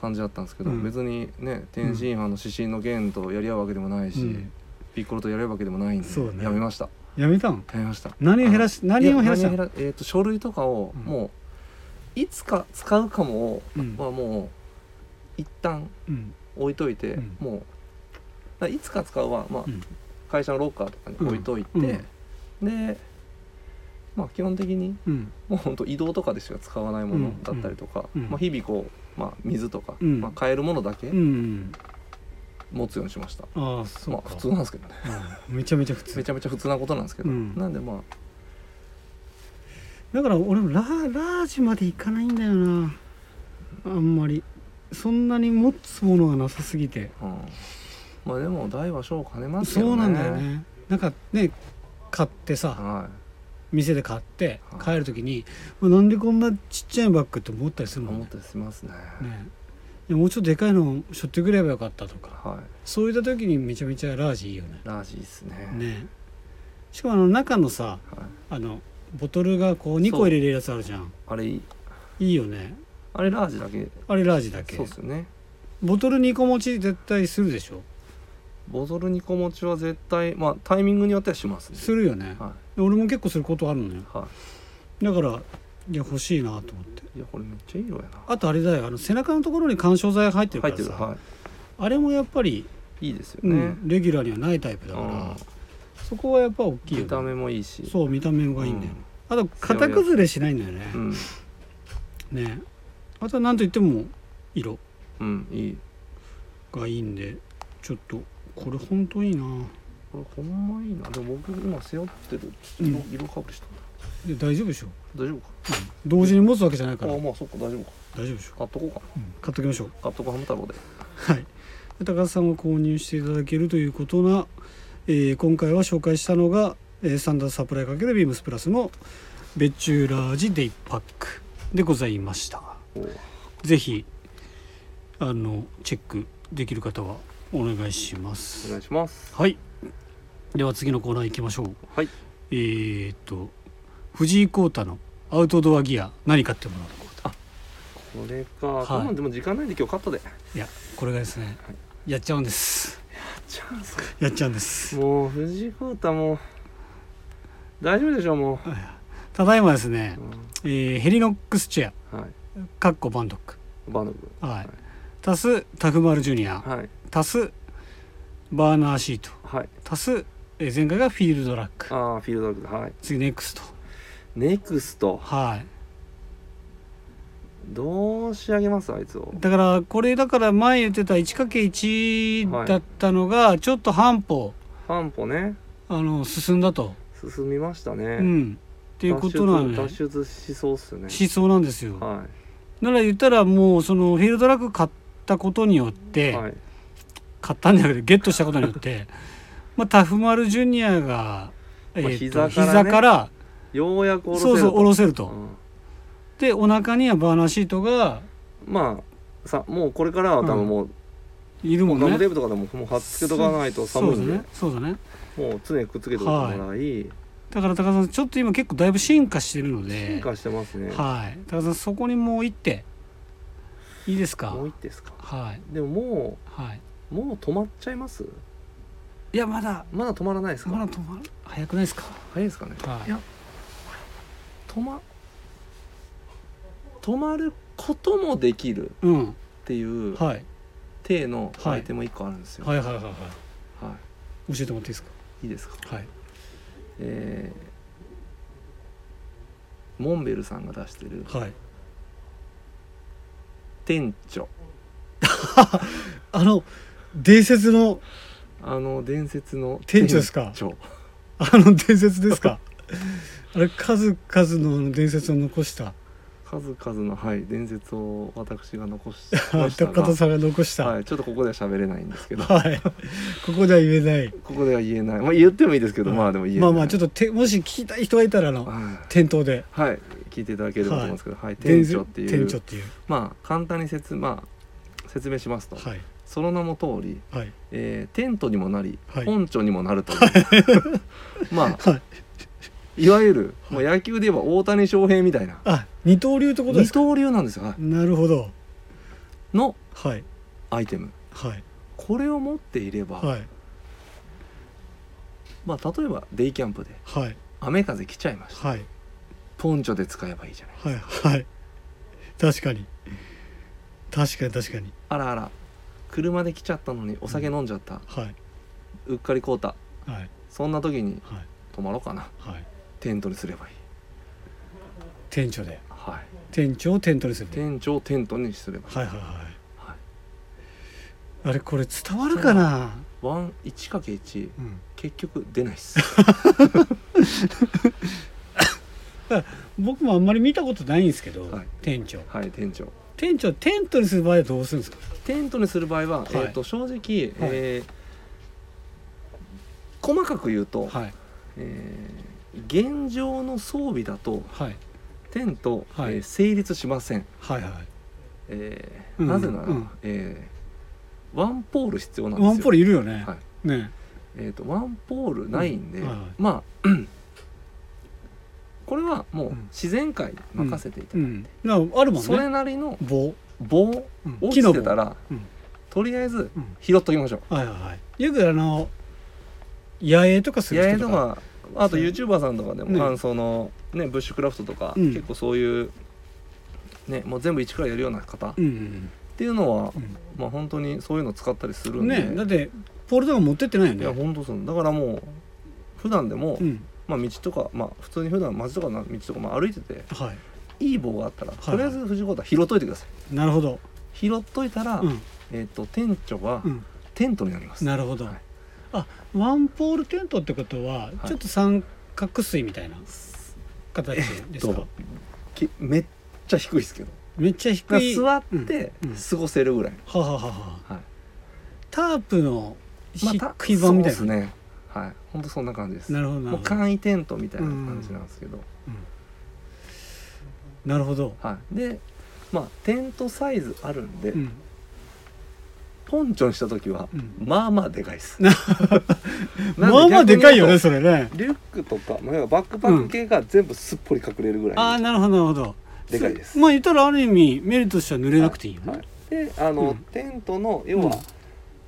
S2: 感じだったんですけど、
S1: うん
S2: 別にね天津飯の指針の弦とやり合うわけでもないし、
S1: うん
S2: ピッコロとやり合うわけでもないんで、
S1: そうね
S2: やめました
S1: やめたん
S2: やめました
S1: 何を減らし
S2: あの
S1: 何を減らし
S2: いや
S1: た
S2: 何
S1: の
S2: をえっ、と書類とかを
S1: うん
S2: もういつか使うかも
S1: うん
S2: はもう一旦
S1: うん
S2: 置いといて、
S1: うん
S2: もうだからいつか使うは、まあ
S1: うん
S2: 会社のロッカーとかに置いといて、
S1: うん
S2: で
S4: まあ、基本的に
S1: うん
S4: もう本当移動とかでしか使わないものだったりとか、
S1: うんうん
S4: まあ、日々こう、まあ、水とか、
S1: うん
S4: まあ、買えるものだけ
S1: うん
S4: 持つようにしました、
S1: ああそう
S4: ま
S1: か
S4: あ普通なんですけどね
S1: うんめちゃめちゃ普通
S4: めちゃめちゃ普通なことなんですけど、
S1: うん
S4: なんでまあ
S1: だから俺もララージまで行かないんだよなあんまりそんなに持つものがなさすぎて
S4: うん、まあでも大は小を兼ねますよね
S1: そうなんだよねなんかね買ってさ
S4: は
S1: 店で買って
S4: はい
S1: 帰る時にうわなんでこんなちっちゃいバッグって思ったりす
S4: い
S1: るもん
S4: 思っ
S1: ね
S4: たりしますね
S1: ねいやもうちょっとでかいのをしょってくればよかったとか
S4: は
S1: そういった時にめちゃめちゃラージいいよね
S4: いラージいいっすね
S1: ねしかもあの中のさ
S4: はい、
S1: あのボトルがこう2個入れれるやつあるじゃん
S4: あれいい
S1: いいよね
S4: あれラージだけ
S1: あれラージだけ
S4: そうっすよね
S1: ボトル2個持ち絶対するでしょ
S4: ボトル2個持ちは絶対まあタイミングによってはしますね
S1: するよね、
S4: は
S1: 俺も結構することあるのよ
S4: いは
S1: だからいや欲しいなと思って
S4: いいやこれめっちゃいい色やな
S1: あとあれだよあの背中のところに緩衝材入ってるか
S4: 入っ
S1: ら
S4: て
S1: さ、
S4: るは
S1: あれもやっぱり、
S4: いいいですよ
S1: う
S4: ね、
S1: ん、レギュラーにはないタイプだ
S4: う
S1: から、
S4: ん
S1: そこはやっぱ大きい
S4: 見た
S1: よ、ね、
S4: 目もいいし
S1: そう見た目がいいんだよ、あと型崩れしないんだよね
S4: う、ん
S1: ねあとはなんといっても色
S4: うん、うん、いい
S1: がいいんでちょっとこれ本当いいな
S4: これほんまいいなでも僕今背負ってる
S1: うん
S4: 色,、色かぶりした
S1: で大丈夫でしょ
S4: 大丈夫か
S1: 同時に持つわけじゃない
S4: あ
S1: から
S4: あ
S1: 大
S4: まあそっか大丈夫か
S1: 丈夫でしょ
S4: 買っとこうか
S1: 買っときましょう
S4: な買っとこうハム太郎で
S1: はい、で高田さんを購入していただけるということな、えー今回は紹介したのが、えーサンダーサプライ×ビームスプラスの別注ラージデイパックでございました
S2: おう
S1: ぜひあのチェックできる方はお願いします
S2: お願いします
S1: はいでは次のコーナー行きましょう
S2: はい
S1: えーっと藤井耕太のアウトドアギア何買ってもらうの
S2: これか、
S1: はい
S2: こんなんでも時間ないんで今日カットで
S1: いやこれがですね、
S2: はい
S1: やっちゃうんです
S2: チャンスか
S1: やっちゃうんです
S2: もう藤井聡太もう大丈夫でしょうも
S1: ただいまですね
S2: う、う、ん
S1: えーヘリノックスチェア
S2: はい。
S1: かっこバンドック、
S2: バーノブ。
S1: はい
S2: い
S1: 足すタフマルジュニア
S2: はい。
S1: 足すバーナーシート
S2: はい。
S1: 足す、えー前回がフィールドラック
S2: ああ、フィールドラッグ。はい。
S1: 次ネクスト
S2: ネクスト。
S1: はい
S2: どう仕上げますあいつを。
S1: だからこれだから前言ってた 1×1 だったのがちょっと半歩
S2: 半歩ね、
S1: あの進んだと、
S2: 進みましたね。
S1: う
S2: っ
S1: んっていうことなの
S2: 脱
S1: ね
S2: 出脱出しそうっすね。
S1: しそうなんですよ
S2: は
S1: なら言ったらもうそのフィールドラック買ったことによっ
S2: い。
S1: て、
S2: はい。
S1: 買ったんだけどゲットしたことによってまあタフマルジュニアが、えーと
S2: 膝からね
S1: 膝から
S2: ようやく下ろせ
S1: そう
S2: ると。
S1: そう下ろせると、
S2: うん
S1: でお腹にはバーナーシートが
S2: まあ、さ、もうこれからは多分もう、
S1: いるもん
S2: ガム
S1: ね
S2: テープとかでも、もう貼っつけとかないと寒いんで、
S1: そうそうだねそうだね
S2: もう常にくっつけておいてもらい、
S1: だから高田さんちょっと今結構だいぶ進化してるので
S2: 進化してますね。
S1: はい高田さんそこにもう一手いいですか
S2: もう一手ですか。
S1: はい
S2: でもも、
S1: はいう
S2: もう止まっちゃいます
S1: いやまだ
S2: まだ止まらないですか
S1: まだ止まる早くないですか
S2: 早いですかね、
S1: はい
S2: や止ま止まることもできる
S1: うん
S2: っていう
S1: はい
S2: 体の
S1: はい
S2: アイテム1個あるんですよ、
S1: はいはいはいは
S2: はい
S1: い教えてもらっていいですか
S2: い、いですか
S1: はい
S2: えーモンベルさんが出してる
S1: はい
S2: 店長
S1: あの伝説の
S2: あの伝説の
S1: 店長ですか
S2: 店長
S1: あの伝説ですかあれ数々のあの伝説を残した
S2: 数々の、はい、伝説を私が残しました
S1: 高
S2: が
S1: 田さんが残したは、
S2: はいい、ちょっとここでは喋れないんですけど
S1: ここでは言えない
S2: ここでは言えないまあ言ってもいいですけど、まあでも言えない
S1: まあまあちょっと
S2: っ
S1: てもし聞きたい人がいたらあ
S2: と
S1: の店頭で
S2: はい、聞いていただければと思うんですけど、はい、
S1: 伝
S2: 店
S1: 説
S2: 長っていう
S1: 店長っていう
S2: まあ簡単に説,、まあ、説明しますと、
S1: はい
S2: その名も通り、
S1: はい
S2: えー、テントにもなり、
S1: はい
S2: 本庁にもなるという、 ま
S1: はい
S2: あいわゆる、まあ、野球で言えば大谷翔平みたいな
S1: あ二刀流ってことで
S2: 二
S1: すか
S2: 刀流なんですよ、はい
S1: なるほど
S2: の
S1: はい
S2: アイテム
S1: はい
S2: これを持っていれば、
S1: はい
S2: まあ、例えばデイキャンプで
S1: はい
S2: 雨風来ちゃいました
S1: はい
S2: ポンチョで使えばいいじゃない
S1: はいはい確かに確かに確かに
S2: あらあら車で来ちゃったのにお酒飲んじゃった、
S1: はい
S2: うんうっかりこうた
S1: はい
S2: そんな時に
S1: はい
S2: 泊まろうかな
S1: はい
S2: テントにすればいい
S1: 店長で
S2: はい
S1: 店長をテントにする
S2: 店長をテントにすれば
S1: はいはいはい
S2: はい
S1: あれこれ伝わるかな、
S2: ワン 1×1
S1: うん、
S2: 結局出ない っす
S1: 僕もあんまり見たことないんですけど、
S2: はい
S1: 店長
S2: はい店長
S1: 店長テントにする場合はどうするんですか
S2: テントにする場合は、
S1: い
S2: えー、と正直、えー細かく言うと、
S1: はい
S2: えー現状の装備だと
S1: はい
S2: テント、
S1: はい
S2: えー成立しません、
S1: はいはい
S2: えー
S1: うん
S2: なぜなら、
S1: うん
S2: えーワンポール必要なんですよ
S1: ワンポールいるよね、
S2: は
S1: ね
S2: えー、とワンポールないんで、
S1: うんはいはい
S2: まあこれはもう
S1: うん
S2: 自然界に任せていた
S1: う
S2: だい
S1: んなあるもんね
S2: それなりの
S1: 棒、
S2: 棒
S1: うん
S2: を
S1: 木
S2: 捨
S1: の
S2: て
S1: 棒
S2: たら、
S1: うん
S2: とりあえず
S1: うん
S2: 拾っときましょう
S1: はいはいはいよくあの野営とかする
S2: 八重
S1: 人
S2: と
S1: とか
S2: かあと
S1: そう
S2: YouTuber さんとかでも、
S1: ね
S2: あのそのねブッシュクラフトとか、
S1: うん
S2: 結構そういうねもう全部一からやるような方っ
S1: うんうん
S2: ていうのは、
S1: うん
S2: まあ本当にそういうの使ったりする
S1: うんん
S2: で、
S1: ねだってポールとか持ってってない
S2: い
S1: よ
S2: や
S1: ね
S2: 本当そうだからもう普段でも、
S1: うん
S2: まあ道とかまあ普通に普段街とかの道とかまあ歩いてて
S1: はい
S2: いい棒があったら、
S1: い
S2: とりあえず藤子は拾っといてください
S1: なるほど
S2: 拾っといたら、
S1: うん
S2: えっ、と店長は
S1: うん
S2: テントになります、
S1: なるほど
S2: はい
S1: あワンポールテントってことは
S2: はい
S1: ちょっと三角錐みたいな形ですか
S2: どうきめっちゃ低いですけど
S1: めっちゃ
S2: だ
S1: 低
S2: か
S1: い
S2: ら座って
S1: うんうん
S2: 過ごせるぐらい、
S1: はははは
S2: はい
S1: タープの
S2: ま
S1: ひ
S2: た
S1: 低い版みたいな、
S2: そうですねはい本当そんな感じです
S1: なるほどなる
S2: もう
S1: ほど
S2: 簡易テントみたいな感じなんですけど、
S1: なるほど、
S2: はい、でまあテントサイズあるんで、
S1: うん、
S2: ポンチョンした時は、
S1: うん
S2: まあまあでかいです
S1: まあまあでかいよね
S2: なん
S1: それね
S2: 逆に言うとリュックとか、まあ、要はバックパック系が全部すっぽり隠れるぐらい、
S1: ああなるほどなるほど
S2: でかいです
S1: まあ言ったらある意味メリットとしては濡れなくていいよね、
S2: はいであ
S1: う
S2: の、
S1: ん
S2: テントの要
S1: うん
S2: は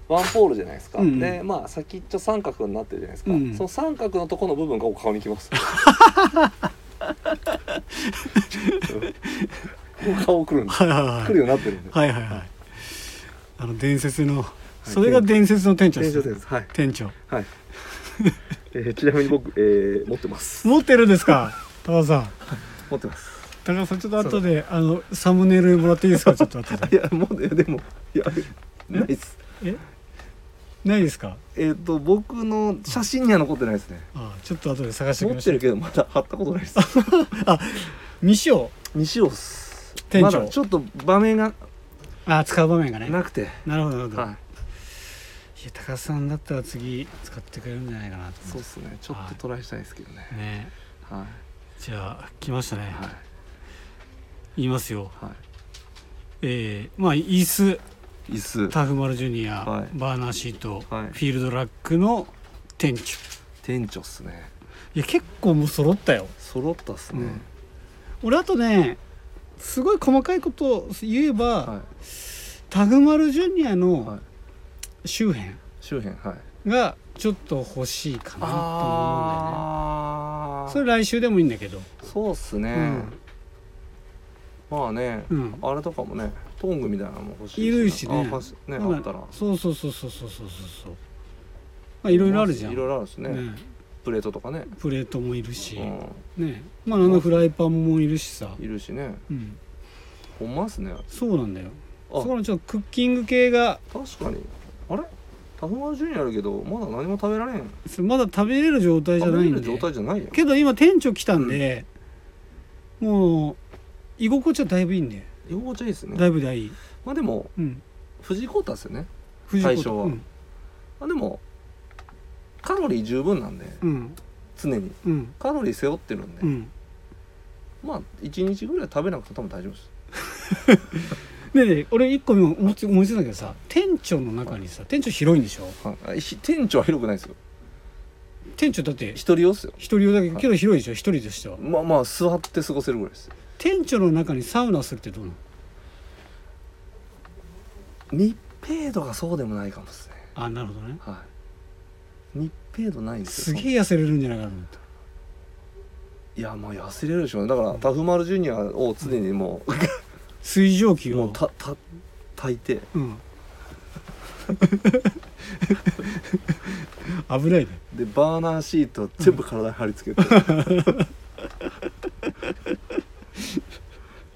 S2: ワンポールじゃないですか、
S1: うんうん
S2: でまあ先っちょ三角になってるじゃないですか、
S1: うん
S2: その三角のとこの部分がお顔にきます うんお顔くるんです
S1: はいはいはい
S2: 来るようになってるんで
S1: はいはいはいあの伝説のそれが伝説の店長
S2: 店
S1: です
S2: 長
S1: ね、
S2: ですはい、
S1: 店長
S2: はいえーちなみに僕、えー持ってます
S1: 持ってるんですか高田さん
S2: 持ってます
S1: 高田さんちょっと後であのサムネイルもらっていい ですかちょっと後で
S2: いやもういやでもいやないっす
S1: ないですか
S2: えっ、と僕の写真には残ってないですね
S1: ああちょっと後で探しておき
S2: 持
S1: ま
S2: っ
S1: してょう
S2: るけどまだ貼ったことないです
S1: 未使用
S2: 西尾っす
S1: 店長
S2: まだちょっと場面が
S1: ああ使う場面がね
S2: なくて、
S1: なるほどなるほど、
S2: はい
S1: や高田さんだったら次使ってくれるんじゃないかなと思
S2: い、そ
S1: っ
S2: うってすねちょっとトライしたいですけどね
S1: ね
S2: はい
S1: じゃあ来ましたね、
S2: はい
S1: 言いますよ
S2: は
S1: えー、まあイース
S2: い椅子
S1: タフマルジュニア、
S2: はい
S1: バーナーシート、
S2: はい
S1: フィールドラックの店長
S2: 店長っすね
S1: いや結構もう揃ったよ
S2: 揃ったっすね、
S1: うん俺あとねすごい細かいことを言えば、
S2: は
S1: タグマルジュニア
S2: い、は
S1: の
S2: い、
S1: 周辺
S2: 周辺はい
S1: がちょっと欲しいかなと思うんだよね
S2: ああ
S1: それ来週でもいいんだけど
S2: そうっすね、
S1: うん
S2: まあね、
S1: うん
S2: あれとかもねトングみたいなのも欲しい
S1: いるしね
S2: あパスねあ
S1: だ
S2: った
S1: からそうそうそうそうそうそうそうまあいろいろあるじゃん
S2: いろいろあるしね
S1: ね
S2: プレートとかね、
S1: プレートもいるし、
S2: う
S1: ねまああのフライパンもいるしさ
S2: ん、いるしね
S1: うん
S2: ほんまっすね
S1: そうなんだよ
S2: あ
S1: そこのちょっとクッキング系が
S2: 確かにあれタフマルジュニアあるけどまだ何も食べられん
S1: まだ食べれる状態じゃないんで
S2: 食べれる状態じゃないよ
S1: けど今店長来たんで、もう居心地はだいぶいいんで
S2: 居心地いいですね
S1: だいぶ大いい、
S2: まあでも
S1: うん、
S2: 藤井コータですよね
S1: 藤子
S2: 対象は
S1: うん
S2: まあでもカロリー十分なんで
S1: うん
S2: 常に
S1: うん
S2: カロリー背負ってるんで、
S1: うん
S2: まあ一日ぐらい食べなくて多分大丈夫です
S1: ねえねえ俺一個今思いつ思いついたけどさ店長の中にさ店長広いんでしょ
S2: はいあひ店長は広くないですよ
S1: 店長だって
S2: 一人用っすよ
S1: 一人用だけどけど広いでしょ一人としては
S2: まあまあ座って過ごせるぐらいです
S1: 店長の中にサウナするってどうなの
S2: 密閉度がそうでもないかもですね
S1: あなるほどね
S2: はい密閉度ないんです
S1: す
S2: よ
S1: げえ痩せれるんじゃないかなと思った
S2: いやまあ痩せれるでしょうねだからタフマルジュニアを常にもう,、
S1: 水蒸気
S2: もう
S1: を
S2: たた炊いて
S1: うん 危ないね
S2: で バーナーシート全部体に貼り付けて、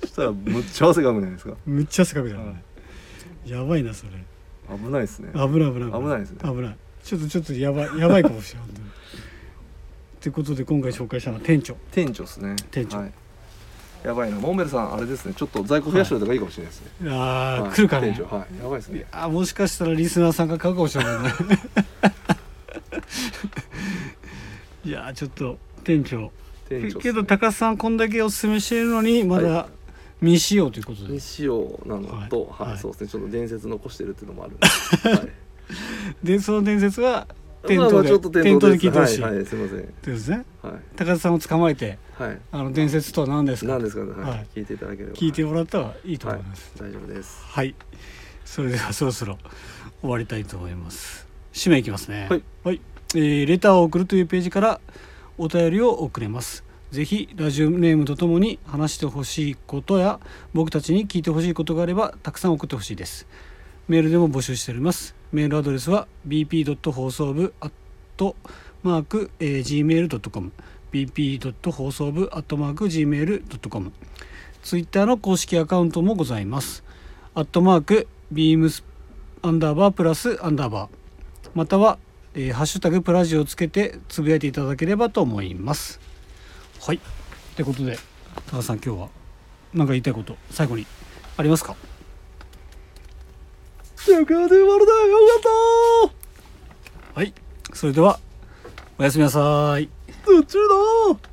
S2: したらむっちゃ汗かくじゃないですか
S1: むっちゃ汗かくじゃん、
S2: は
S1: やばいなそれ
S2: 危ないですね
S1: 危ない危ない
S2: 危ないですね
S1: 危ないちょっとちょっとやばいやばいかもしれない本当にってことで今回紹介したのは店長
S2: 店長ですね
S1: 店長
S2: はい、やばいなモンベルさんあれですねちょっと在庫増やしておいた方がいいかもしれないですね、
S1: あー、
S2: はい
S1: 来るかね
S2: 店長はいやばいですね
S1: あもしかしたらリスナーさんが買うかもしれないね いやーちょっと店長
S2: 店長っすね
S1: けど高須さんこんだけおすすめしてるのにまだ
S2: は
S1: 未使用ということで、
S2: にしようなのと、
S1: は
S2: はいい
S1: はい
S2: そうですねちょっと伝説残してるっていうのもあるんで、はい
S1: でその伝説は 店
S2: まあま
S1: 頭
S2: あ
S1: で
S2: ちょっと
S1: 店頭で聞いてほしい、
S2: はい、
S1: と
S2: はい、すみません
S1: いうことですね
S2: はい
S1: 高須さんを捕まえて
S2: はい
S1: あの伝説とは何ですか
S2: 何ですかね、はい
S1: はい
S2: 聞いていただければ
S1: 聞いて
S2: は
S1: もらったらいい
S2: い
S1: と思います、
S2: 大丈夫です
S1: はい、それではそろそろ終わりたいと思います締めいきますね
S2: はい、
S1: えーレターを送るというページからお便りを送れますぜひラジオネームとともに話してほしいことや僕たちに聞いてほしいことがあればたくさん送ってほしいですメールでも募集しておりますメールアドレスは bp. 放送部アットマーク gmail.com bp. 放送部アットマーク gmail.com ツイッターの公式アカウントもございますアットマークビームスアンダーバープラスアンダーバーまたは、えーハッシュタグプラジオ」をつけてつぶやいていただければと思いますはいってことで高田さん今日は何か言いたいこと最後にありますか
S2: 中華で割れたよかっ
S1: はいそれではおやすみなさい
S2: たどっちだ